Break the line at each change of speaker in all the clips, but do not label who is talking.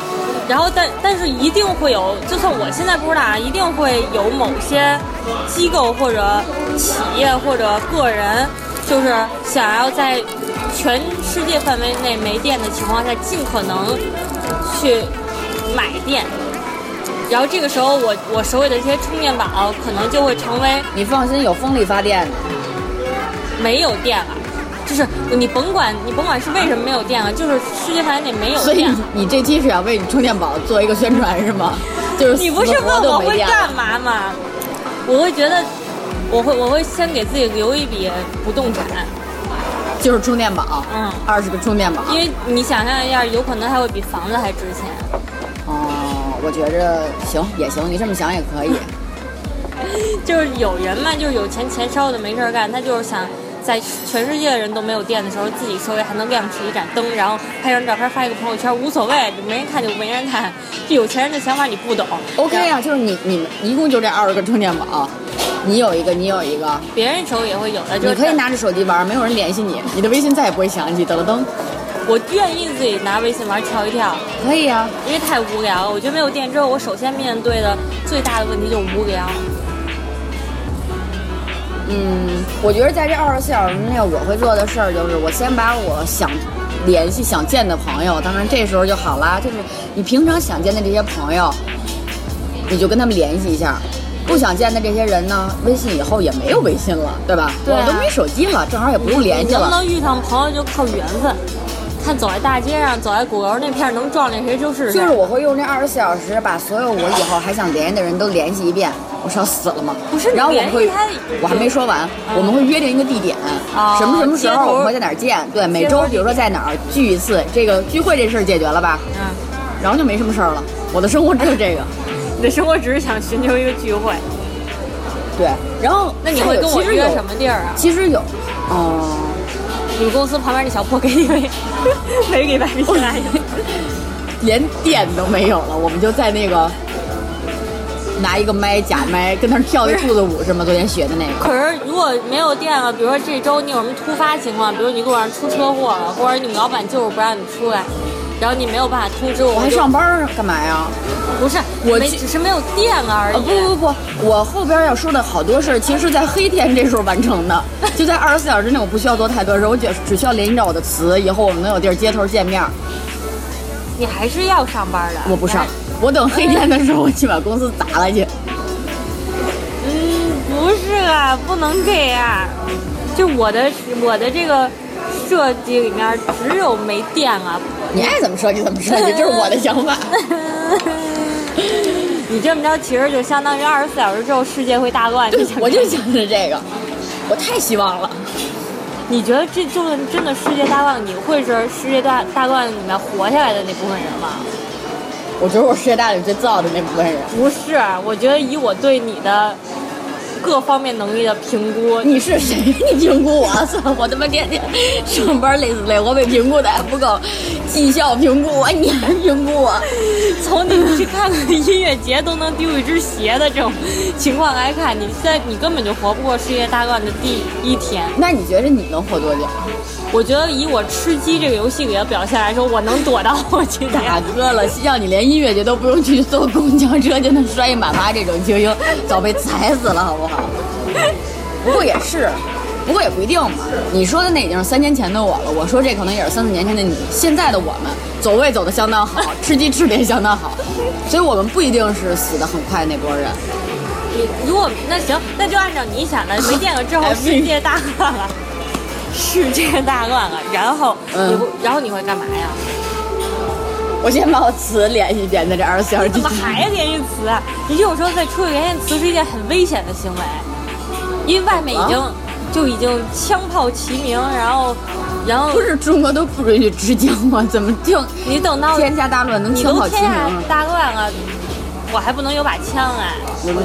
然后但但是一定会有，就算我现在不知道啊，一定会有某些机构或者企业或者个人，就是想要在全世界范围内没电的情况下，尽可能去买电。然后这个时候我，我手里的这些充电宝可能就会成为
你放心，有风力发电的。
没有电了，就是你甭管你甭管是为什么没有电了，就是世界范围内没有
所以
电。
你你这期是要为你充电宝做一个宣传是 吗？就是
你不是
死活
问
都
我
没
会
电
干嘛吗？我会觉得，我会我会先给自己留一笔不动产，
就是充电宝，
嗯
二十个充电宝。
因为你想象一下，有可能它会比房子还值钱。
哦，我觉着行也行，你这么想也 可以。
就是有人嘛，就是有钱钱烧的没事儿干，他就是想在全世界的人都没有电的时候，自己手里还能亮起一盏灯，然后拍张照片发一个朋友圈，无所谓，没人看就没人看。这有钱人的想法你不懂
OK 啊，就是你你们一共就这二十个充电宝，你有一个，你有一个，
别人手里也会有的，就是
你可以拿着手机玩，没有人联系你，你的微信再也不会响起，噔噔噔。
我愿意自己拿微信玩跳一跳。
可以啊，
因为太无聊了。我觉得没有电之后，我首先面对的最大的问题就是无聊。
嗯，我觉得在这二十四小时内，我会做的事儿就是，我先把我想联系、想见的朋友，当然这时候就好啦，就是你平常想见的这些朋友，你就跟他们联系一下。不想见的这些人呢，微信以后也没有微信了，对吧？
对啊
我都没手机了，正好也不用联系
能
了。
不能遇上朋友就靠缘分，看走在大街上，走在鼓楼那片儿能撞见谁就是谁。
就是我会用这二十四小时把所有我以后还想联系的人都联系一遍。我是要死了吗？
不是
然后我们
联系
会
他，
我还没说完，我们会约定一个地点，
哦
什么什么时
街头
候我们会在哪儿见？对，每周比如说在哪儿聚一次，这个聚会这事儿解决了吧？
嗯，
然后就没什么事儿了。我的生活只有这个，
你的生活只是想寻求一个聚会。
对。然后
那你会跟我
其实
约
有
什么地儿啊？
其实有，哦、
你们公司旁边那小破 KTV，每个 礼拜必须来一 个。
连电都没有了，我们就在那个拿一个麦假麦跟那儿跳那兔子舞是吗？昨天学的那个。
可是如果没有电啊了，比如说这周你有什么突发情况，比如你路上出车祸了，或者你们老板就是不让你出来，然后你没有办法通知我，
我还
就
上班儿干嘛呀？
不是
我
没
记
只是没有电了而已。
啊不不不，我后边要说的好多事儿，其实在黑天这时候完成的，就在二十四小时之内，我不需要做太多事儿，我只只需要联系到我的词，以后我们能有地儿街头见面儿。
你还是要上班的。
我不上，我等黑天的时候，我去把公司砸了去。
嗯，不是啊，不能这样。就我的我的这个设计里面只有没电啊了。
你爱怎么设计怎么设计，这是我的想法。
你这么着，其实就相当于二十四小时之后世界会大乱。你
对
想，
我就想着这个，我太希望了。
你觉得这就算真的世界大乱，你会是世界大大乱里面活下来的那部分人吗？
我觉得我世界大里最燥的那部分人。
不是，我觉得以我对你的各方面能力的评估，
你是谁？ 你评估我？操！我他妈天天上班累死累活，被评估的还不够，绩效评估我，你还评估我？
从你去看个音乐节都能丢一只鞋的这种情况来看，你现在你根本就活不过世界大乱的第一天。
那你觉得你能活多久？
我觉得以我吃鸡这个游戏里的表现来说，我能躲到我今 天。
大哥了，要你连音乐节都不用去坐公交车就能摔一马趴，这种精英早被踩死了，好不 好？
不过也是，不过也不一定嘛。
你说的那已经是三年前的我了，我说这可能也是三四年前的你。现在的我们走位走的相当好，吃鸡吃的也相当好， 所以我们不一定是死的很快那波人。
如果那行，那就按照你想的，没见过之后世界大乱了，世界大乱了，然后
嗯
你不，然后你会干嘛呀？
我先把我词练一遍，在这二十四小时之
怎么还连续词啊？你有时候在出去连续词是一件很危险的行为，因为外面已
啊
经就已经枪炮齐鸣，然后然后
不是中国都不允许吃鸡吗？怎么就
你等到
天下大乱能
你
枪
都
好齐
天
鸣
下
啊？
大乱了，我还不能有把枪哎、
我们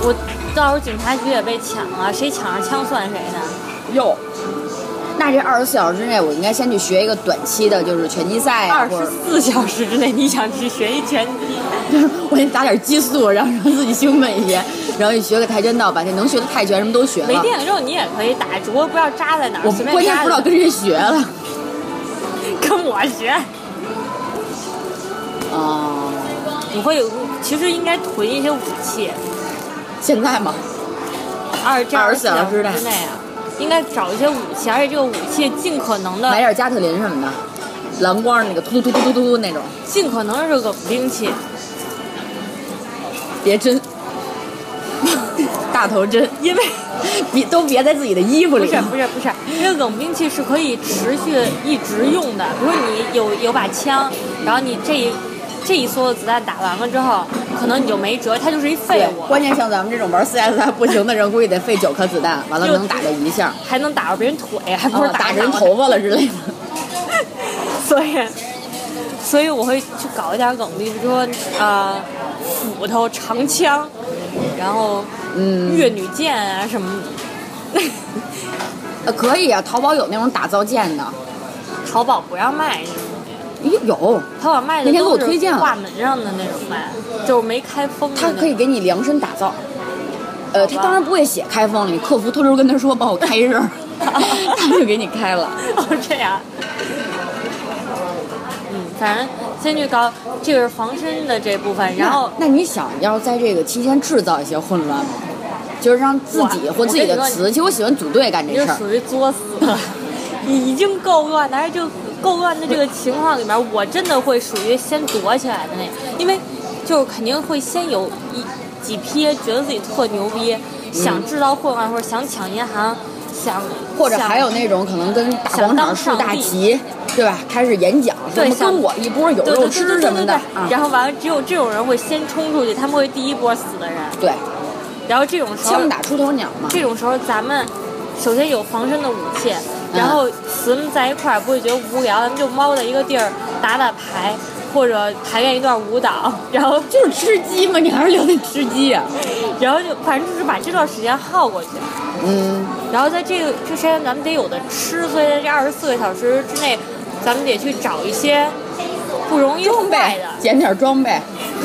我到时候警察局也被抢了，谁抢着枪算谁呢？
哟，
那这二十四小时之内，我应该先去学一个短期的，就是拳击
哎
赛啊，
二
或
十
者
四小时之内你想去学一拳击？
我先打点激素，然后让自己兴奋一些，然后你学个跆拳道，把这能学的泰拳什么都学了。
没电之后你也可以打，只不过不知道扎在哪儿，
啊我
随便
关键
扎
不知道跟谁学了。
跟我 学。
啊、
你会有，其实应该囤一些武器，
现在嘛，
二这
24
小
小时
之
内
内啊，应该找一些武器，而且这个武器尽可能
买
的，
点加特林什么的，蓝光那个突突突突突突那种，
尽可能是冷兵器。
别针，大头针，
因为
别都别在自己的衣服
不
里
是。不是不是，因为冷兵器是可以持续一直用的。比如你有有把枪，然后你这一这一梭子子弹打完了之后，可能你就没辙，它就是一废
对，
物，
关键像咱们这种玩 CS 还不行的人，估计得费九颗子弹，完了
就
能打着一下，
还能打着别人腿，还不
或
是
者哦打
呃打
着人
脑袋
头发了之类的。
所以，所以我会去搞一点梗，比如说呃，斧头、长枪，然后嗯，越女剑啊什么的。
呃，可以啊，淘宝有那种打造剑的，
淘宝不让卖，
咦有，
淘宝卖的
那天给
都
我
是
推荐了
挂门上的那种卖，就是没开封的
它
那种。
可以给你量身打造。呃，
吧
他当然不会写开封了，你客服偷偷跟他说帮我开一阵儿， 他就给你开了。
哦，这样。嗯，反正先去搞，这个是防身的这部分，然后
那那你想要在这个期间制造一些混乱吗？就是让自己
我
或自己的词，其实我喜欢组队干
你
这
就
事儿。
属于作死了，已经够乱的，而这个够乱的这个情况里面，我真的会属于先躲起来的那，因为就是肯定会先有一几批觉得自己特牛逼，
嗯
想制造混乱或者想抢银行，想
或者
想
还有那种可能跟大
想
广场
当
竖大
上帝
旗，对吧？开始演讲，什
对
么
想
跟我一波有
对对
肉
对
吃
对
什
对
么
对
的
对，
啊，
然后完了只有这种人会先冲出去，他们会第一波死的人，
对，
然后这种时候
枪打出头鸟嘛。
这种时候，咱们首先有防身的武器，然后词们在一块儿不会觉得无聊，咱们就猫在一个地儿打打牌，或者排练一段舞蹈， 然后
就是吃鸡嘛，你还是留那吃鸡呀、
然后就反正就是把这段时间耗过去。
嗯，
然后在这个这时间，咱们得有的吃，所以在这二十四个小时之内，咱们得去找一些不容易
装
坏
备
的，
捡点装备，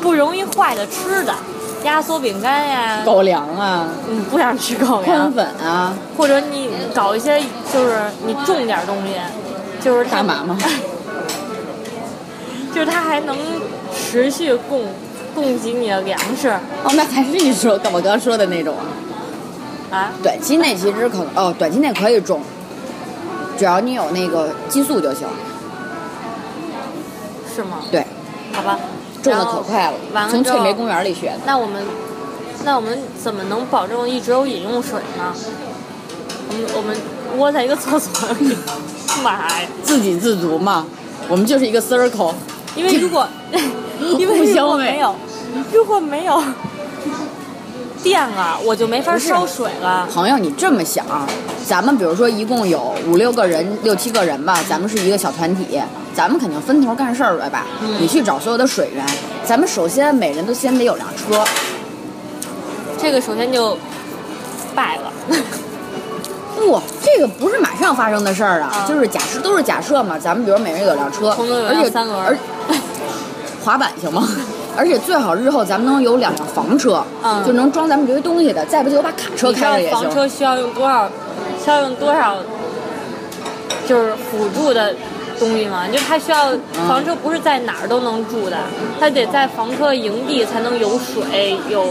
不容易坏的吃的，压缩饼干呀、
狗粮啊，
嗯，不想吃狗粮
宽。粉啊，
或者你搞一些就是你种点东西，就是它
大麻 吗？
就是它还能持续供供给你的粮食
哦，那还是你说我刚刚说的那种啊。
啊。
短期内其实可能哦，短期内可以种，只要你有那个激素就行。
是吗？
对，
好吧，
种的可快了
然后完，了
从
之
翠
后
梅公园里学的。
那我们那我们怎么能保证一直有饮用水呢？我们我们窝在一个厕所里，妈呀！
自给自足嘛，我们就是一个 circle，
因为如 果因
互
为如
相
果
喂
没有如果没有电了，我就没法
不是
烧水了。
朋友，你这么想，咱们比如说一共有五六个人、六七个人吧，咱们是一个小团体，咱们肯定分头干事儿对吧？
嗯
你去找所有的水源，咱们首先每人都先得有辆车，
这个首先就败了。
不，这个不是马上发生的事儿啊，
啊
就是假设都是假设嘛。咱们比如每人有辆车，
同时有
而且
辆三轮
而 滑板行吗？ 而且最好日后咱们能有两辆房车，
嗯
就能装咱们这些东西的。再不就有把卡车
你知
开
道
了也
房
行。
车需要用多少，需要用多少就是辅助的东西嘛，就它需要房车不是在哪儿都能住的，它得在房车营地才能有水有。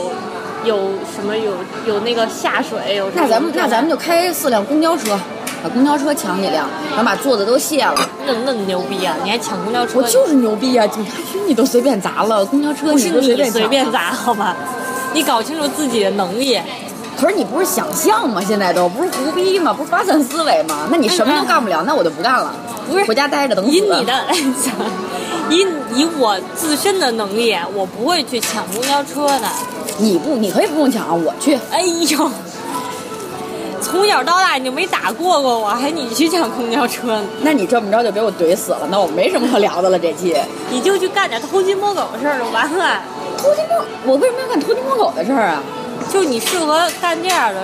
有什么有有那个下水有什么
那咱们那咱们就开四辆公交车，把公交车抢几辆，然后把座子都卸了。
那那么牛逼啊！你还抢公交车？
我就是牛逼啊！警察局你都随便砸了，公交车
不是
都
你
随便
随
抢
便砸好吧？你搞清楚自己的能力。
可是你不是想象吗？现在都不是胡逼吗？不是发散思维吗？那你什么都干不了，那我就不干了，
不是
回家待着等死。
以你的， 以以我自身的能力，我不会去抢公交车的。
你不，你可以不用抢，啊我去。
哎呦，从小到大你就没打过过我，还你去抢公交车呢？
那你这么着就给我怼死了，那我没什么可聊的了。这期
你就去干点偷鸡摸狗的事儿就完了。
偷鸡摸，我为什么要干偷鸡摸狗的事儿啊？
就你适合干这样的，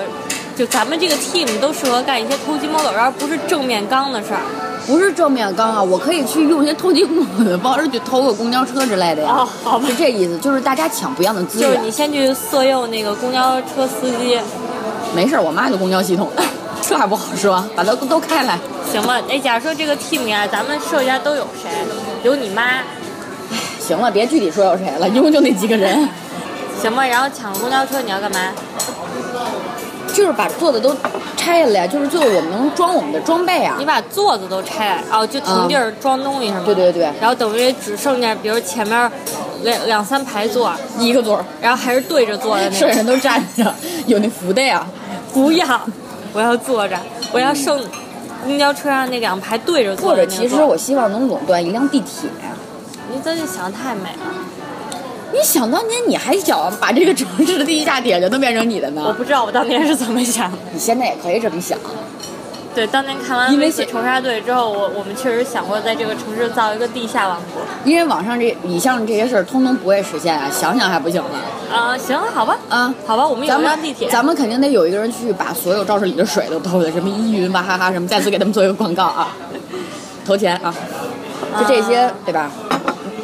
就咱们这个 team 都适合干一些偷鸡摸狗，而不是正面刚的事儿。
不是正面刚啊，我可以去用一些偷鸡摸狗的方式去偷个公交车之类的呀。
哦好吧
是这意思，就是大家抢不一样的资
就是
源。
你先去色诱那个公交车司机，
没事儿，我妈就公交系统的，这还不好说，把它都开来。
行吧？哎，假如说这个 team 呀、咱们设计下都有谁？有你妈，
行了，别具体说有谁了，一共就那几个人，
行吧？然后抢公交车你要干嘛？
就是把座子都拆下来，就是最后我们能装我们的装备啊
你。把座子都拆了，哦，就腾地儿装东西是吗？
嗯对对对，
然后等于只剩下，比如前面两两三排座，
一个座儿，
然后还是对着坐的那
剩下
种。
人都站着，有那福的呀。
不要，我要坐着，我要剩公交车上那两排对着 坐
或
的
者
那
其
个座
实我希望能垄断一辆地铁。
你真是想得太美了。
你想当年你还想把这个城市的地下铁全都变成你的
我
呢？
不知道我当年是怎么想的。
你现在也可以这么想，
对，当年看完《
因为
为死
现
仇杀队》之后，我我们确实想过在这个城市造一个地下王国。
因为网上这以上这些事儿通通不会实现啊，想想还不行吗？
啊、行，好吧，
啊，
好吧，我们有
咱
一
们
辆地铁。
咱们肯定得有一个人去把所有超市里的水都偷的，什么依云娃哈哈什么，再次给他们做一个广告啊，投钱啊，就这些对吧？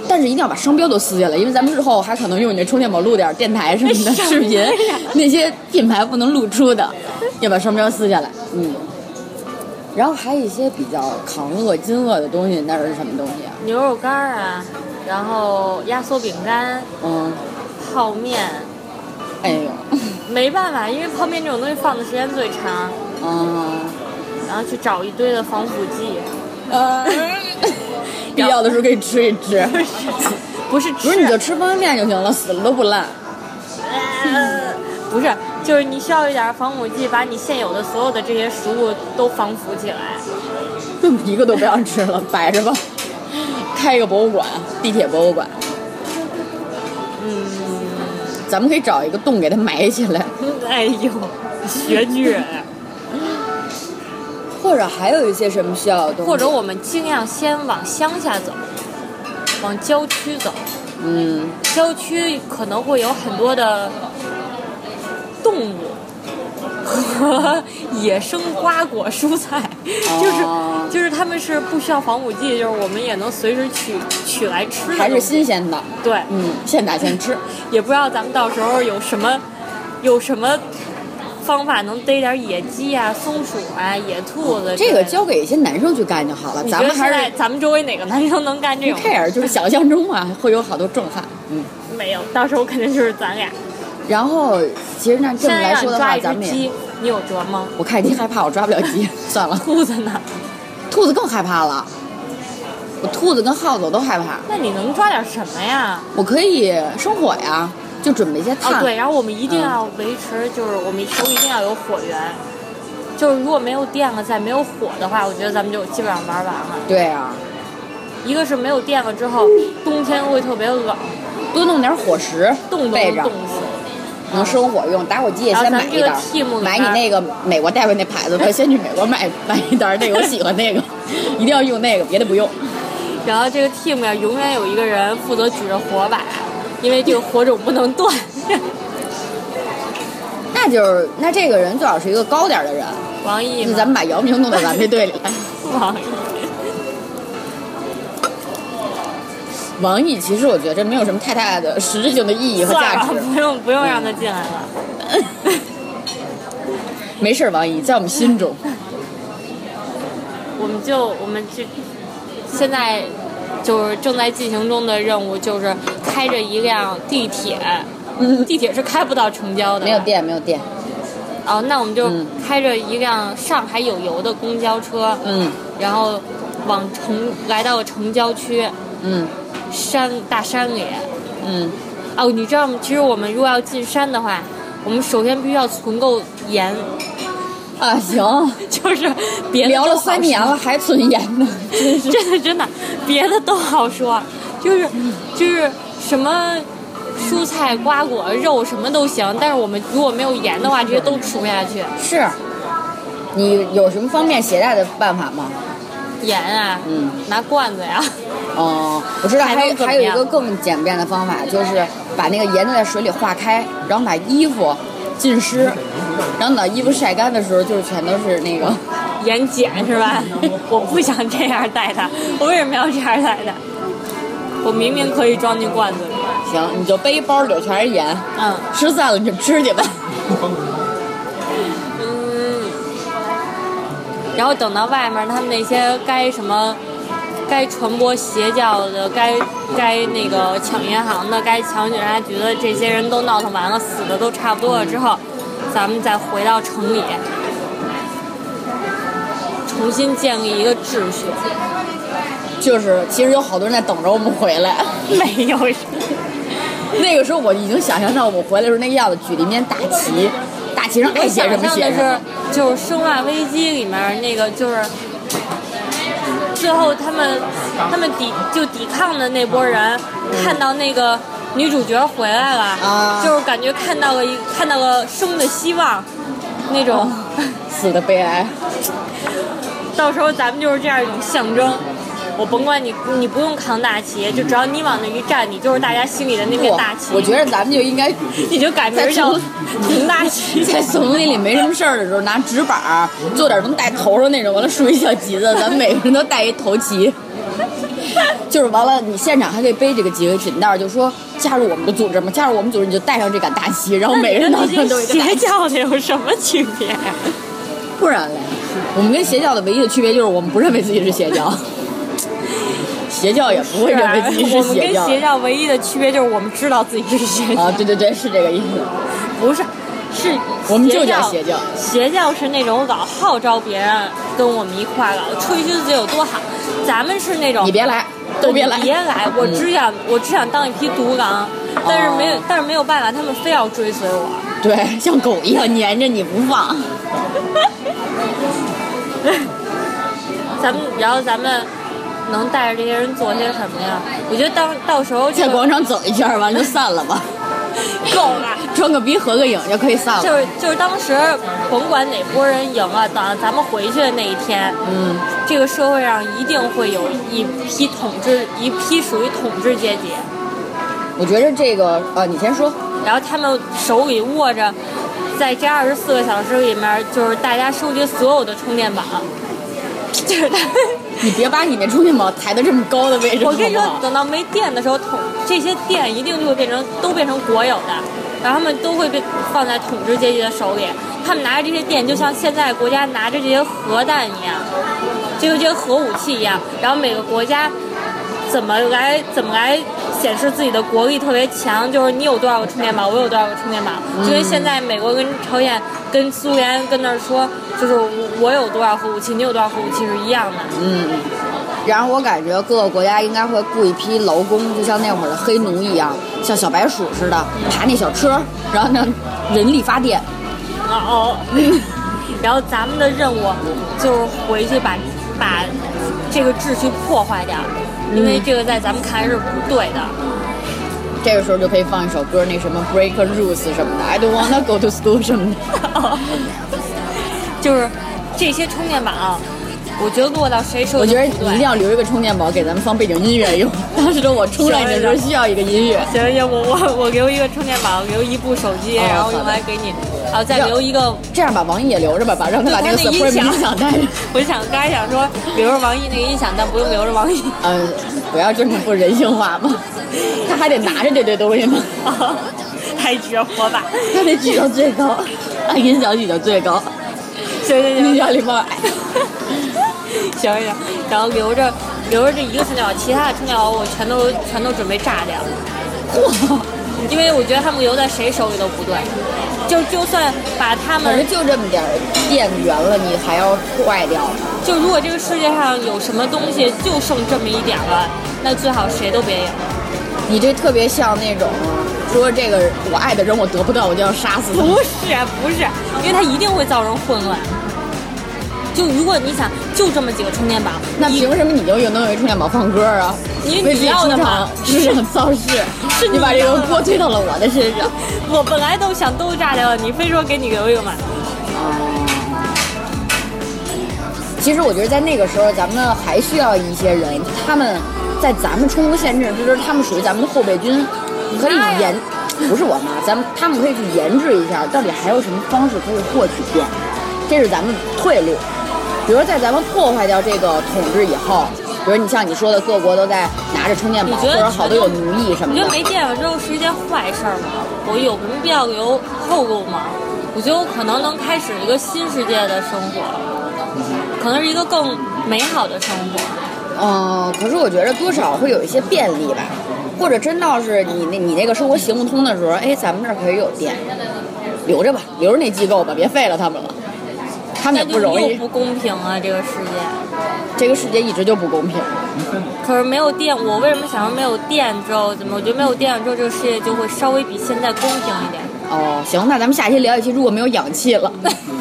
但是一定要把商标都撕下来，因为咱们日后还可能用你这充电宝录点电台什么的视频，那些品牌不能露出的，要把商标撕下来。嗯，然后还有一些比较扛饿、金饿的东西，那是什么东西啊？
牛肉干儿啊，然后压缩饼干、
嗯，
泡面，
哎呦，
没办法，因为泡面这种东西放的时间最长，
嗯，
然后去找一堆的防腐剂，
呃， 必要的时候可以吃一吃。
不是
不是，你
吃，
就吃方便面就行了，死了都不烂。
呃不是，就是你需要一点防腐剂，把你现有的所有的这些食物都防腐起来。
一个都不要吃了，摆着吧。开一个博物馆，地铁博物馆。嗯，咱们可以找一个洞给它埋起来，
哎呦，学巨人！啊
或者还有一些什么需要的东西，
或者我们尽量先往乡下走，往郊区走。
嗯，
郊区可能会有很多的动物和野生瓜果蔬菜，就是
哦
就是他们是不需要防腐剂，就是我们也能随时取取来吃的。
还是新鲜的，
对，
嗯，现打现吃。
也不知道咱们到时候有什么有什么方法能逮点野鸡啊、松鼠啊、野兔子之类
这个
的。
交给一些男生去干就好了，
你
咱
觉得
们
现在
还是
咱们周围哪个男生能干这种？
care，就是想象中嘛，会有好多壮汉。嗯，
没有，到时候肯定就是咱俩。
然后其实那这
现
么
在
来
让
说
你
的
抓
话，
一
咱
只
们也，
鸡，你有辙吗？
我看鸡害怕，我抓不了鸡， 算了。
兔子呢？
兔子更害怕了，我兔子跟耗子我都害怕。
那你能抓点什么呀？
我可以生火呀，就准备一些
哦，
炭。
对，然后我们一
嗯
定要维持，就是我们手里一定要有火源。就是如果没有电了，再没有火的话，我觉得咱们就基本上玩完了。
对啊，
一个是没有电了之后，冬天会特别冷，
多弄点火石，
冻都
备
能
着
冻，死。
能生火用。打火机也
然后
先
啊咱
买
们
一
这
袋
个啊 team 里
儿，
面
买你那个美国带回那牌子 的，先去美国买买一袋儿那个，我喜欢那个，一定要用那个，别的不用。
然后这个 team 呀，永远有一个人负责举着火把，因为这个火种不能断。
那就是那这个人最好是一个高点儿的人，
王毅
就
嘛，
咱们把姚明弄到咱们这队里来。
王毅，
王毅，其实我觉得这没有什么太大的实质性的意义和
算
价值
了，。不用不用让他进来了。
没事儿，王毅在我们心中。
我们就我们就现在就是正在进行中的任务，就是开着一辆地铁，地铁是开不到城郊的，
嗯没有电，没有电，
哦，那我们就
嗯
开着一辆上海有油的公交车，
嗯
然后往城来到城郊区
嗯
山大山里。
嗯，
哦，你知道吗？其实我们如果要进山的话，我们首先必须要存够盐，
啊行，
就是别的
聊了
都好
三
说
年了还存盐 呢，真是。
真的真的，别的都好说，就是就是什么蔬菜、瓜果、肉什么都行，但是我们如果没有盐的话，这些都吃不下去。
是，你有什么方便携带的办法吗？
盐啊，
嗯
拿罐子呀，
哦，我知道，
还
还有
能怎么
还有一
样
个更简便的方法，就是把那个盐在水里化开，然后把衣服浸湿，
嗯
然后等衣服晒干的时候，就是全都是那
哦
个。
盐碱是吧？我不想这样带它，我为什么要这样带它？我明明可以装进罐子里。
行，你就背一包里头全是盐，
嗯
吃散了你就吃去吧。
嗯，然后等到外面他们那些该什么。该传播邪教的，该该那个抢银行的，该抢警察局的，这些人都闹腾完了，死的都差不多了之后，咱们再回到城里，重新建立一个秩序。
就是，其实有好多人在等着我们回来。
没有人，
那个时候我已经想象到我们回来的时候那个样子，举了一面大旗，大旗上
我
爱写
想
什么
象
写
的
什么。
是，就是《生化危机》里面那个就是。最后，他们他们抵就抵抗的那波人，看到那个女主角回来了，
嗯啊
就是感觉看到了一看到了生的希望，那种。
死的悲哀。
到时候咱们就是这样一种象征。我甭管你，你不用扛大旗，就只要你往那一站，你就是大家心里的那面
不
大旗。
我觉得咱们就应该
你就改名儿叫
在
红 大旗。
在丛林里没什么事儿的时候，拿纸板儿做点能戴头上那种，完了竖一小旗子，咱们每个人都戴一头旗。 就是完了，你现场还可以背这个几个锦袋儿，就说加入我们的组织嘛，加入我们组织你就带上这杆大旗，然后每人脑袋上都有一个大
邪
旗。
教的有什么区别呀、
啊不然嘞，我们跟邪教的唯一的区别就是我们不认为自己是邪教， 邪教也不会认为自己
我
是啊
们跟
邪教
邪教唯一的区别就是我们知道自己是邪教，
啊！对对对，是这个意思。
不是，是
我们就叫邪
邪
教。
邪教是那种老号召别人跟我们一块儿了，吹嘘自己有多好。咱们是那种
你别来，都别来嗯
你，别来，我只想、我只想当一匹独狼，但是没有、
哦
但是没有办法，他们非要追随我。
对，像狗一样粘着你不放。
咱们然后咱们能带着这些人做些什么呀？我觉得当到时候就
在广场走一圈儿，完了就散了吧，
够了。
装个逼合个影就可以散了。
就是就是当时甭管哪波人赢了，等咱们回去的那一天，
嗯，
这个社会上一定会有一批统治，一批属于统治阶级，
我觉着这个呃，你先说，
然后他们手里握着，在这二十四个小时里面，就是大家收集所有的充电宝， 就是他们。
你别把你那充电宝抬到这么高的位置，
我跟你
好不
说，
好
等到没电的时候，统这些电一定就会变成都变成国有的，然后他们都会被放在统治阶级的手里。他们拿着这些电，就像现在国家拿着这些核弹一样，就跟这些核武器一样。然后每个国家怎么来怎么来显示自己的国力特别强，就是你有多少个充电宝，我有多少个充电宝。就跟现在美国跟朝鲜、跟苏联跟那儿说，就是我我有多少核武器，你有多少核武器是一样的。
然后我感觉各个国家应该会雇一批劳工，就像那会儿的黑奴一样，像小白鼠似的爬那小车，然后呢人力发电。
哦， 然后咱们的任务就是回去把把这个秩序破坏掉，因为这个在咱们看来是不对的。
这个时候就可以放一首歌，那什么 Break a Rules 什么的，I don't wanna go to school 什么的。
就是这些充电宝，我觉得落到谁手
我
里
觉
都
得
不
你一定
对。
要留一个充电宝给咱们放背景音乐用。当时我出来的时候需要一个音乐。
行行，我我我留一个充电宝，留一部手机，
哦
然后
好的
用来给你，然后再留一个。
这样吧，王毅也留着吧，把让他把 那个
对他那
surprise
音响
音响带着。
我想刚才想说留着王毅那个音响，但不用留着王毅。
呃，不要这么不人性化嘛，他还得拿着这堆东西呢，
太绝活吧！
他得举到最高，按音响举到最高，
行行行
音，响里放，哎
想一想，然后留着留着这一个充电宝，其他的充电宝我全都全都准备炸掉。嚯！ 因为我觉得他们留在谁手里都不对，就就算把 他
反
们
正就这么点儿电源了，你还要坏掉，
就如果这个世界上有什么东西就剩这么一点了，那最好谁都别有。
你这特别像那种说这个我爱的人我得不到，我就要杀死他。
不 是啊不是，因为它一定会造成混乱。就如果你想就这么几个充电宝，
那
你
凭什么你就能有一充电宝放歌啊？
因为你
为自己
要的
出
嘛
场市场造势，
是你
你把这
要
个
的
锅推到了我的身上。
我本来都想都炸掉了，你非说给你留一个嘛？
其实我觉得在那个时候，咱们还需要一些人，他们在咱们冲锋陷阵之时，他们属于咱们的后备军，可以
哎
研，不是我妈，咱们他们可以去研制一下，到底还有什么方式可以获取电，这是咱们退路。比如说在咱们破坏掉这个统治以后，比如你像你说的，各国都在拿着充电
你
宝，
觉
或
得
者好多有奴役什么
你觉
的，
得没电了之后是一件坏事儿吗？我有什么必要留后路吗？我觉得我可能能开始一个新世界的生活，可能是一个更美好的生活。
嗯，可是我觉得多少会有一些便利吧，或者真到是你那你那个生活行不通的时候，哎，咱们这儿可以有电，留着吧，留着那机构吧，别废了他们了，他们也
那
不
就
容
又
易，
不公平啊！这个世界，
这个世界一直就不公平。
可是没有电，我为什么想说没有电之后怎么？我觉得没有电了之后，这个世界就会稍微比现在公平一点。
哦，行，那咱们下期聊一期，如果没有氧气了，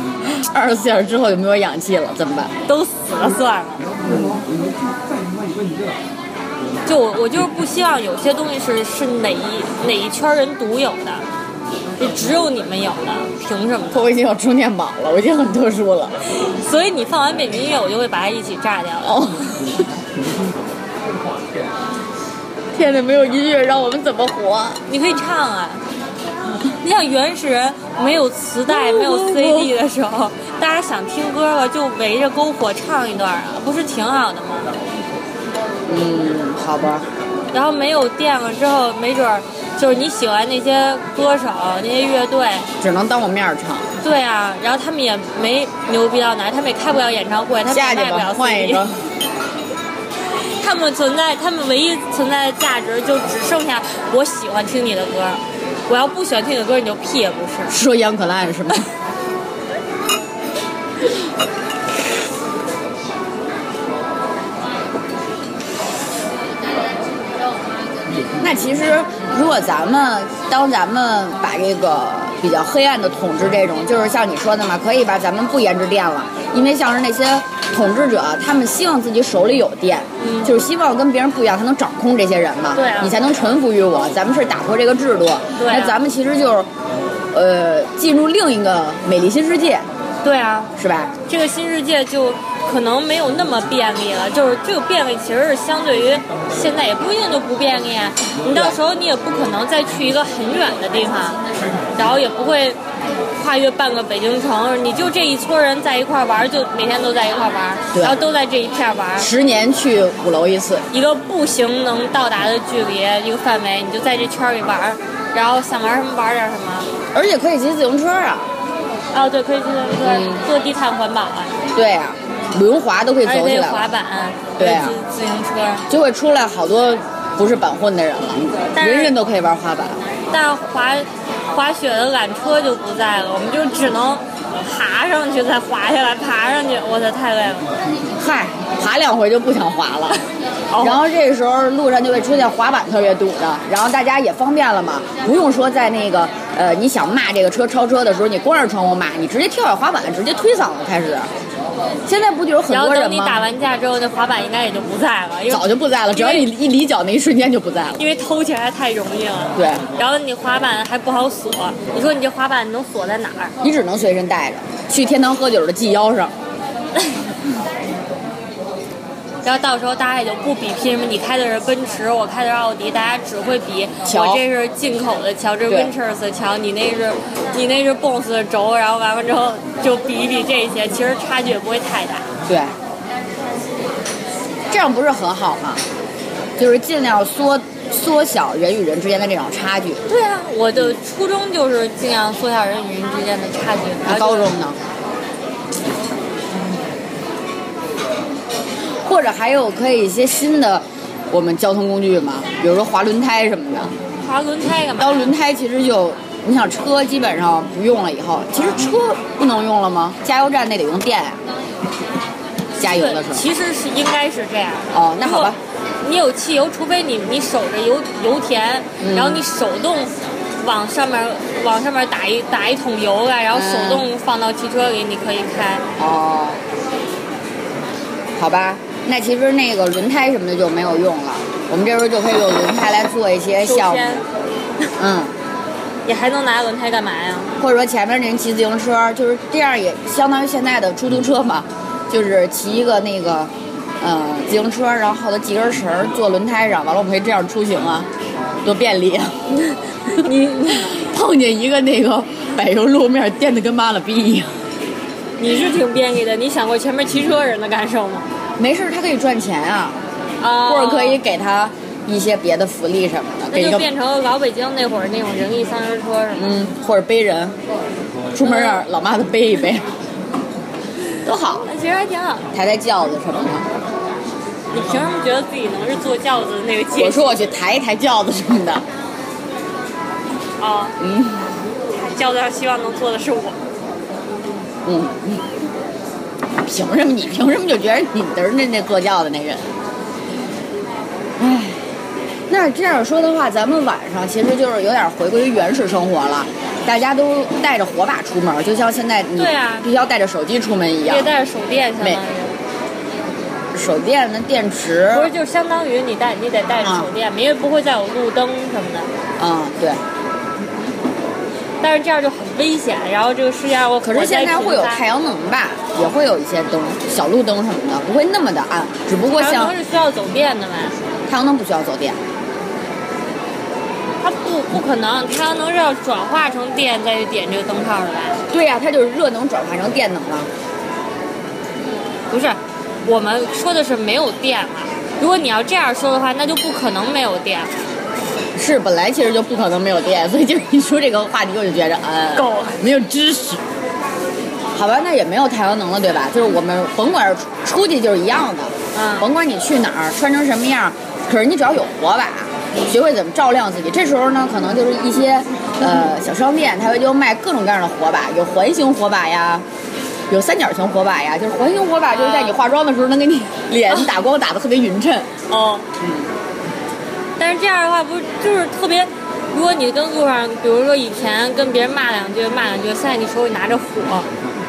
二十四小时之后就没有氧气了，怎么办？
都死了算了。就我我就是不希望有些东西是是哪一哪一圈人独有的，就只有你们有的，凭什么？
我已经有充电宝了，我已经很特殊了。
所以你放完北冥月，我就会把它一起炸掉了。
哦，天哪，没有音乐，让我们怎么活？
你可以唱啊，你想原始人没有磁带、没有 CD 的时候，大家想听歌了就围着篝火唱一段啊，不是挺好的吗？
嗯，好吧。
然后没有电了之后，没准儿就是你喜欢那些歌手、那些乐队，
只能当我面儿唱。
对啊，然后他们也没牛逼到哪儿，他们也开不了演唱会，他们
下
也
去
卖不
吧，
了
换一
CD
个。。
他们存在，他们唯一存在的价值就只剩下我喜欢听你的歌，我要不喜欢听你的歌，你就屁也不是。
说杨可烂是吗？ 那其实，如果咱们当咱们把这个比较黑暗的统治这种，就是像你说的嘛，可以吧？咱们不研制电了，因为像是那些统治者，他们希望自己手里有电，就是希望跟别人不一样，他能掌控这些人嘛，
对啊
你才能臣服于我。咱们是打破这个制度，
对啊
那咱们其实就是，呃，进入另一个美丽新世界，
对啊，
是吧？
这个新世界就可能没有那么便利了，就是这个便利其实是相对于现在也不一定就不便利啊。你到时候你也不可能再去一个很远的地方，然后也不会跨越半个北京城，你就这一撮人在一块儿玩儿，就每天都在一块儿玩儿，
对
然后都在这一片儿玩儿。
十年去鼓楼一次，
一个步行能到达的距离，一个范围，你就在这圈儿里玩儿，然后想玩什么玩点什么。
而且可以骑自行车啊，
哦，对，可以去坐坐地碳环保啊，
对啊，轮滑嗯都可以
而且
走
可
起
以
来
哎滑
了，
板，
对啊
可以自自行车。
就会出来好多不是板混的人了，
但是
人人都可以玩滑板。
但是滑滑雪的缆车就不在了，我们就只能爬上去再滑下来，爬上去，我操，太累了。
嗨，爬两回就不想滑了。
哦
然后这时候路上就会出现滑板特别堵的，然后大家也方便了嘛，不用说在那个呃你想骂这个车超车的时候，你关上窗户骂，你直接跳下滑板，直接推搡了开始。现在不就有很
然后
多
等
人
你打
吗？
完架之后，那滑板应该也就不在了，因
早
为
就不在了，只要你一离脚那一瞬间就不在了。
因为偷起来太容易了。
对
然后你滑板还不好锁，你说你这滑板能锁在哪儿？
你只能随身带着，去天堂喝酒的系腰上。
然后到时候大家也就不比拼什么你开的是奔驰，我开的是奥迪，大家只会比
乔
我这是进口的乔，这是
对
Winters 的乔，你那是你那是 Boss 的轴，然后完了之后就比一比这些，其实差距也不会太大。
对，这样不是很好吗？就是尽量缩缩小人与人之间的这种差距。
对啊，我的初衷就是尽量缩小人与人之间的差距。然
那
后
高
就是
中呢？或者还有可以一些新的我们交通工具嘛，比如说滑轮胎什么的。
划轮胎干嘛？
当轮胎其实就，你想车基本上不用了以后，其实车不能用了吗？加油站那得用电呀、加油的时候。
其实是应该是这样。
哦那好吧。
你有汽油，除非你你守着油油田，
嗯
然后你手动往上面往上面打一打一桶油来，然后手
嗯
动放到汽车里，你可以开。
哦，好吧，那其实那个轮胎什么的就没有用了，我们这时候就可以用轮胎来做一些
秋
项目，
天，
嗯。
你还能拿轮胎干嘛呀？
或者说前面那人骑自行车，就是这样也相当于现在的出租车嘛，就是骑一个那个，呃，自行车，然后后头系根绳儿坐轮胎上，完了我们可以这样出行啊，多便利啊！ 你碰见一个那个柏油路面颠的跟妈了逼一样，
你是挺便利的，你想过前面骑车人的感受吗？
没事儿，他可以赚钱啊，
啊，
或者可以，给他一些别的福利什么的，给
那
一个
就变成老北京那会儿那种人力三轮车什么
嗯，或者背人，出门让老妈子背一背，多好，
啊的，其实还挺嗯好。
抬抬轿子什么的。
你凭什么觉得自己能是坐轿子的那个阶
我
级
说我去抬一抬轿子什么的，
啊？嗯，轿子上希望能坐的是我。
嗯，凭什么你凭什么就觉得你得是那那坐轿的那人？唉，那这样说的话，咱们晚上其实就是有点回归于原始生活了，大家都带着火把出门，就像现在你
对啊
必须要带着手机出门一样
别，带着手电，相当于
手电的电池，
不是就相当于你带你得带着
啊
手电，因为不会再有路灯什么的。
嗯，对。
但是这样就很危险，然后这个世界上我
可是现在会有太阳能吧，也会有一些灯，小路灯什么的，不会那么的暗，只不过
阳
像
能是需要走电的嘛，
太阳能不需要走电。
它不不可能，太阳能是要转化成电再去点这个灯泡的吧？
对呀、它就是热能转化成电能了。
不是，我们说的是没有电了。如果你要这样说的话，那就不可能没有电了。
是，本来其实就不可能没有电，所以就是一说这个话题，我就觉着，嗯，
够了，
没有知识。好吧，那也没有太阳能了，对吧？就是我们甭管是出出去就是一样的，
嗯
甭管你去哪儿，穿成什么样，可是你只要有火把，学会怎么照亮自己。这时候呢，可能就是一些呃小商店，它就卖各种各样的火把，有环形火把呀，有三角形火把呀。就是环形火把，就是在你化妆的时候能给你 脸打光打得特别匀称。
哦，
嗯
但是这样的话，不是就是特别？如果你跟路上，比如说以前跟别人骂两句，骂两句，现在你手里拿着火，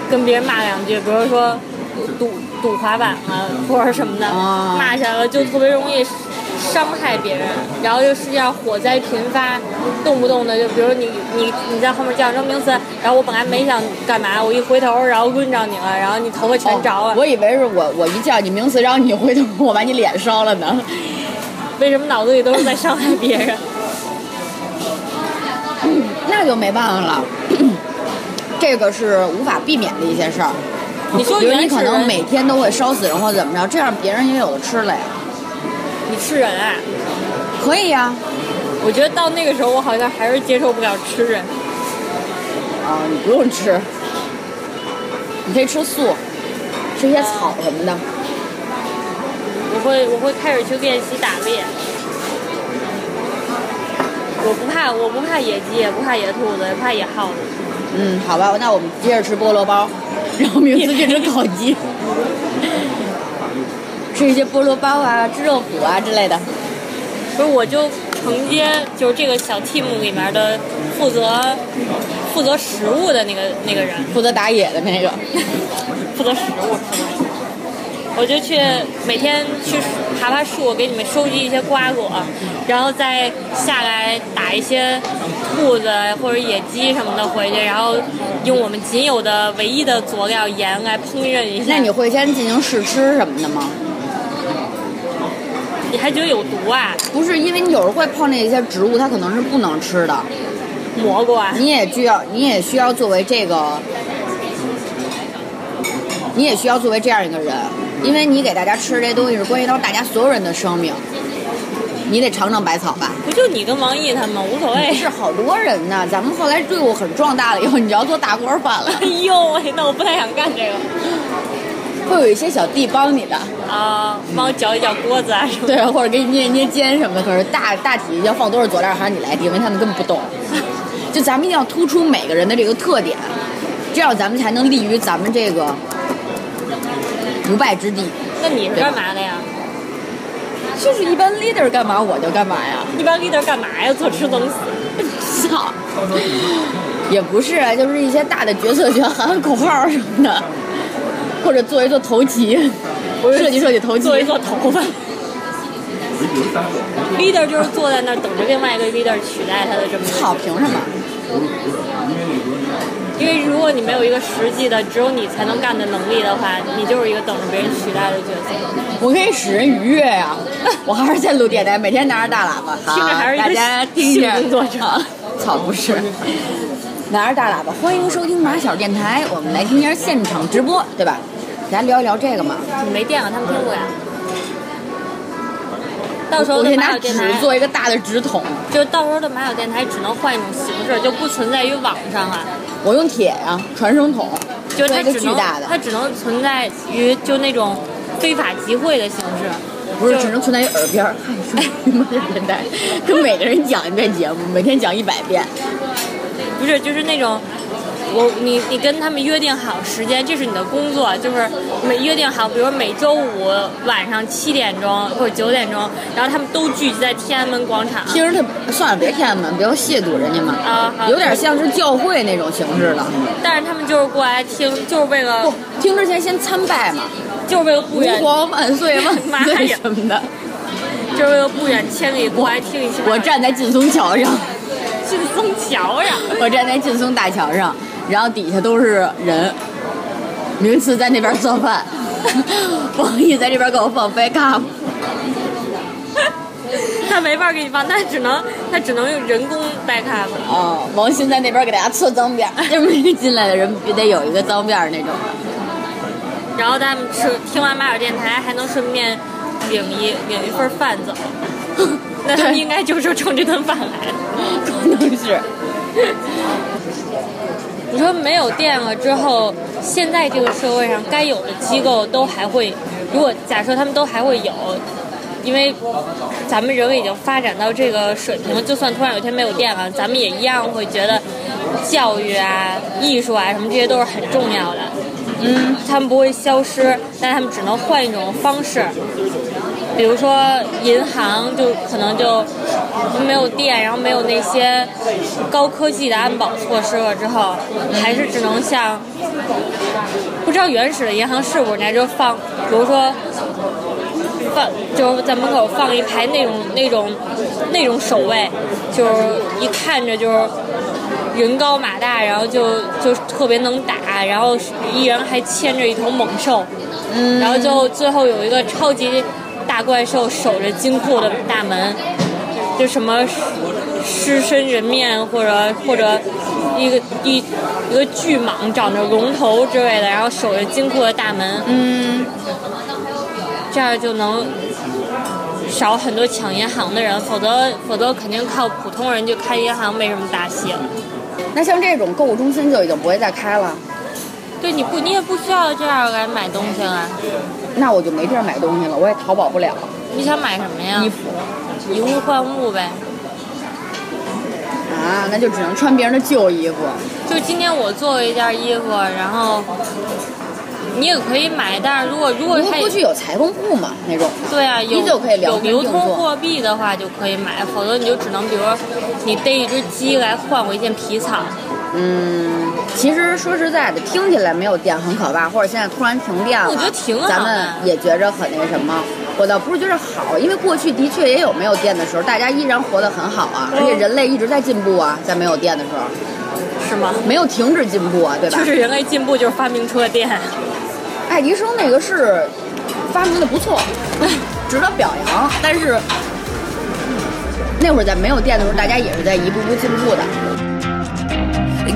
跟别人骂两句，比如说赌赌滑板啊，或者什么的，
啊
骂起来了就特别容易伤害别人。然后这世界上火灾频发，动不动的就比如你你你在后面叫声名词，然后我本来没想干嘛，我一回头，然后抡着你了，然后你头发全着啊了。
哦我以为是我我一叫你名词，然后你回头我把你脸烧了呢。
为什么脑子里都是在伤害 别人？
那就没办法了，这个是无法避免的一些事儿。
你说
比如
原
你可
始
能
人
每天都会烧死人或怎么着，这样别人也有的吃了呀。
你吃人啊？
可以啊呀、
我觉得到那个时候，我好像还是接受不了吃人。
啊，你不用吃，你可以吃素，吃一些草什么的。
我会，我会开始去练习打猎。我不怕，我不怕野鸡，也不怕野兔子，也不怕野耗子。
嗯，好吧，那我们接着吃菠萝包，然后名字就吃烤鸡， 吃一些菠萝包啊、吃肉脯啊之类的。
不是，我就承接就是这个小 team 里面的负责负责食物的那个那个人，
负责打野的那个，
负责食物。我就去每天去爬爬树，给你们收集一些瓜果，然后再下来打一些兔子或者野鸡什么的回去，然后用我们仅有的唯一的佐料盐来烹饪一下。
那你会先进行试吃什么的吗？
你还觉得有毒啊？
不是，因为你有时候会碰见一些植物，它可能是不能吃的，
蘑菇啊？
你也需要，你也需要作为这个，你也需要作为这样一个人，因为你给大家吃这东西是关系到大家所有人的生命，你得尝尝百草吧。
不就你跟王毅他们无所谓。
是好多人呢，咱们后来队伍很壮大了以后，你就要做大官儿饭了
哎，呦喂，那我不太想干这个
会有一些小弟帮你的。
啊、啊，帮我搅一搅锅子啊什么的。
对，或者给你捏捏肩什么的。可是大大体要放多少佐料，还是你来定，因为他们根本不懂。就咱们一定要突出每个人的这个特点，这样咱们才能立于咱们这个不败之地。
那你是干嘛的呀？
就是一般 leader 干嘛我就干嘛呀，
一般 leader 干嘛呀？坐吃等死。
操！ 也不是啊，就是一些大的决策权喊喊 口号什么的，或者做一做头旗，设计设计头旗，
做一做头发。leader 就是坐在那儿等着另外一个 leader 取代他的这么一个，
操，凭什么？
因为如果你没有一个实际的，只有你才能干的能力的话，你就是一个等着别人取代的角色。
我可以使人愉悦呀、 我还是在录电台，每天拿着大喇叭，好
听着还是一个
大家听
性工作
着。
者
操，不是，拿着大喇叭，欢迎收听马小电台，我们来听一下现场直播，对吧？咱聊一聊这个嘛，
你没电了，他们听不了。到时候
我
的
可以
马
拿
小电
纸
台，
做一个大的纸筒，
就到时候的马小电台只能换一种形式，就不存在于网上了，
我用铁呀、传声筒，
就
做
它
一个
只
巨
能
大的，
它只能存在于就那种非法集会的形式。
不是
就
只能存在于耳边儿。嗨，说你妈的变 态，跟每个人讲一遍节目，每天讲一百遍。
不是，就是那种，我你你跟他们约定好时间，这是你的工作，就是每约定好，比如每周五晚上七点钟或者九点钟，然后他们都聚集在天安门广场。
听着他算了，别天安门，别亵渎人家嘛，
啊好
有点像是教会那种形式了。
但是他们就是过来听，就是为了
不，听之前先参拜 嘛，
就是为了不
吾
远，
皇万岁万
妈
岁
呀
什么的。
就是为了不远千里过来听一下。
我站在劲松桥上，
劲松桥呀，
我站在劲松大桥上，然后底下都是人。名次在那边做 饭，网易在这边给我放 backup，
他没法给你放，他只能他只能用人工 back up。
啊，王鑫在那边给大家搓脏辫儿， 就是每个进来的人必须得有一个脏辫儿那种。
然后他们吃听完马尔电台，还能顺便领一领一份饭走。 那他们应该就是冲这顿饭来的。
可能是
你说没有电了之后，现在这个社会上该有的机构都还会，如果假设他们都还会有，因为咱们人类已经发展到这个水平了，就算突然有一天没有电了，咱们也一样会觉得教育啊、艺术啊什么这些都是很重要的。嗯，他们不会消失，但他们只能换一种方式。比如说银行就可能就没有电，然后没有那些高科技的安保措施了之后，还是只能像不知道原始的银行是不是，人家就放，比如说放就是在门口放一排那种那种那种守卫，就是一看着就是。人高马大，然后就就特别能打，然后一人还牵着一头猛兽，然后就最后有一个超级大怪兽守着金库的大门，就什么狮身人面或者或者一个一一个巨蟒长着龙头之类的，然后守着金库的大门，嗯，这样就能。少很多抢银行的人，否则否则肯定靠普通人去开银行没什么大戏了。
那像这种购物中心就已经不会再开了，
对，你不你也不需要这样来买东西了。
那我就没地儿买东西了，我也淘宝不了。
你想买什么呀？
衣服
以物换物呗。
啊，那就只能穿别人的旧衣服。
就今天我做了一件衣服，然后你也可以买，但是如果如果
不过
它
过去有裁缝铺嘛那种的，
对啊，有
依旧可以聊
有
天
流
定
通
做
货币的话就可以买，否则你就只能比如说你逮一只鸡来换我一件皮草，
嗯，其实说实在的，听起来没有电很可怕，或者现在突然停电了，
我觉得挺好的
咱们也觉着很那什么。我倒不是觉得好，因为过去的确也有没有电的时候，大家依然活得很好啊，而且人类一直在进步啊，在没有电的时候，
是吗？
没有停止进步啊，对吧
就？是人类进步就是发明出了电，
爱迪生那个是发明的不 错，值得表扬。但是那会儿在没有电的时候，大家也是在一步步进步的。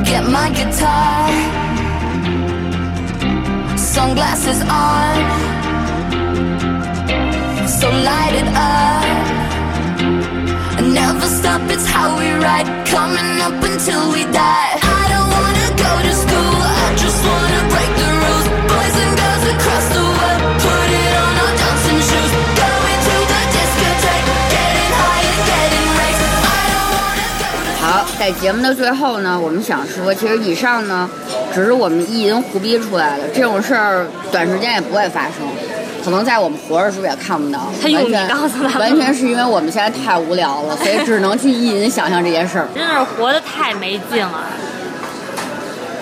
Get my guitar, sunglasses on, so light it up. Never stop, it's how we ride, coming up until we die. I don't wanna go to school, I just wanna break the rules. Boys and girls across the world, put it on, I'll dance
在节目的最后呢，我们想说，其实以上呢，只是我们意淫胡逼出来的这种事儿，短时间也不会发生，可能在我们活着的时候也看不到。
他用你
完全
告诉他们
完全是因为我们现在太无聊了，所以只能去意淫想象这件事儿。
真的是活得太没劲了。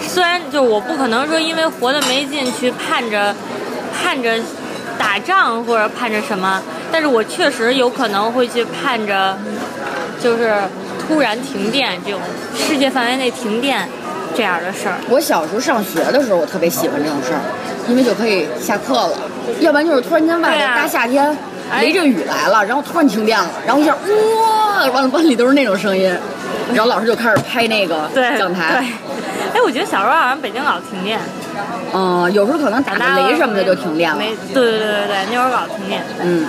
虽然就我不可能说因为活得没劲去盼着盼着打仗或者盼着什么，但是我确实有可能会去盼着，就是突然停电这种世界范围内停电这样的事儿。
我小时候上学的时候，我特别喜欢这种事儿，因为就可以下课了，要不然就是突然间外头
对啊
大夏天
哎
雷阵雨来了，然后突然停电了，然后一下哇，完了班里都是那种声音，然后老师就开始拍那个
对，
讲台
对。。哎，我觉得小时候好像北京老停电，
嗯，有时候可能打
长大
个
了
雷什么的就停电了。
没，对对对对对，那会儿老停电。
嗯，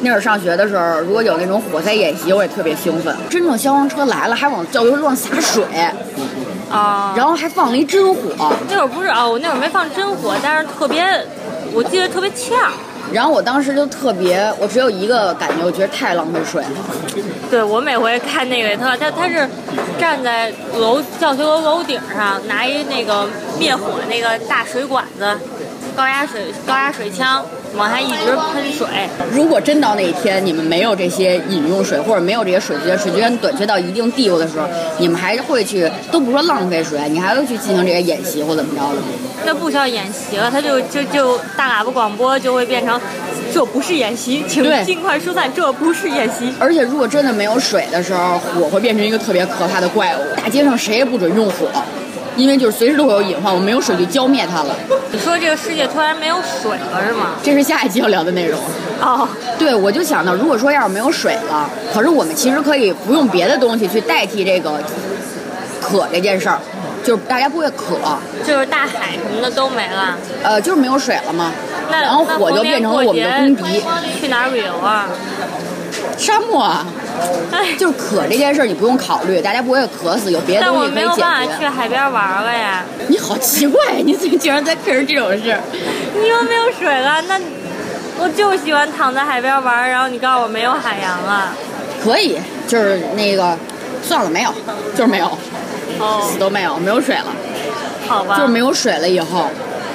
那会儿上学的时候，如果有那种火灾演习，我也特别兴奋。真正消防车来了，还往教学楼上洒水，
啊、
然后还放了一真火。
那会儿不是啊，我那会儿没放真火，但是特别，我记得特别呛。
然后我当时就特别，我只有一个感觉，我觉得太浪费水了。
对我每回看那个也特好，他他是站在楼教学楼楼顶上，拿一那个灭火那个大水管子，高压水高压水枪往下一直喷水，
如果真到那一天，你们没有这些饮用水，或者没有这些水资源，水资源短缺到一定地步的时候，你们还会去，都不说浪费水，你还会去进行这些演习或怎么着的吗？
那不需要演习了，他就就就大喇叭广播就会变成，这不是演习，请
对
尽快疏散，这不是演习。
而且如果真的没有水的时候，火会变成一个特别可怕的怪物。大街上谁也不准用火，因为就是随时都会有隐患。我没有水就浇灭它了。
你说这个世界突然没有水了是吗？
这是下一期要聊的内容。
哦，
对，我就想到，如果说要是没有水了，可是我们其实可以不用别的东西去代替这个渴这件事儿，就是大家不会渴，
就是大海什么的都没了，
呃，就是没有水了嘛。
那
然后
那
火就
逢年
变成了我
过
们的
节
公敌，
去哪儿旅游 啊？
沙漠啊，
哎，
就是渴这件事儿你不用考虑，大家不会渴死，有别的
但
东
我
西可
没
以
有
解
办法去
决。
海边玩了呀，
你好奇怪，你怎么竟然在 care 这种事儿？
你又没有水了，那我就喜欢躺在海边玩，然后你告诉我没有海洋了，
可以，就是那个，算了，没有，就是没有，死
哦，
都没有，没有水了，
好吧，
就是没有水了以后，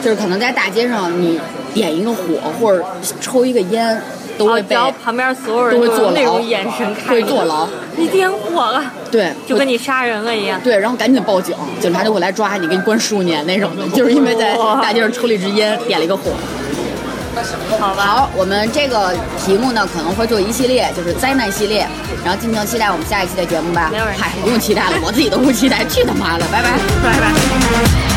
就是可能在大街上你点一个火或者抽一个烟，都
哦，
会
只
被、
要旁边所有人
都会
有
坐
那
牢
种眼神看
会
你
坐牢，
你点火了，
对，
就跟你杀人了一样。
对，然后赶紧报警，警察就会来抓你，给你关数年那种的，就是因为在
哇
大街上抽了一支烟，点了一个火。
好吧，
好，我们这个题目呢可能会做一系列，就是灾难系列，然后敬请期待我们下一期的节目吧。
没有人
嗨，不用期待了，我自己都不期待，去他妈的，拜拜。
拜拜。
I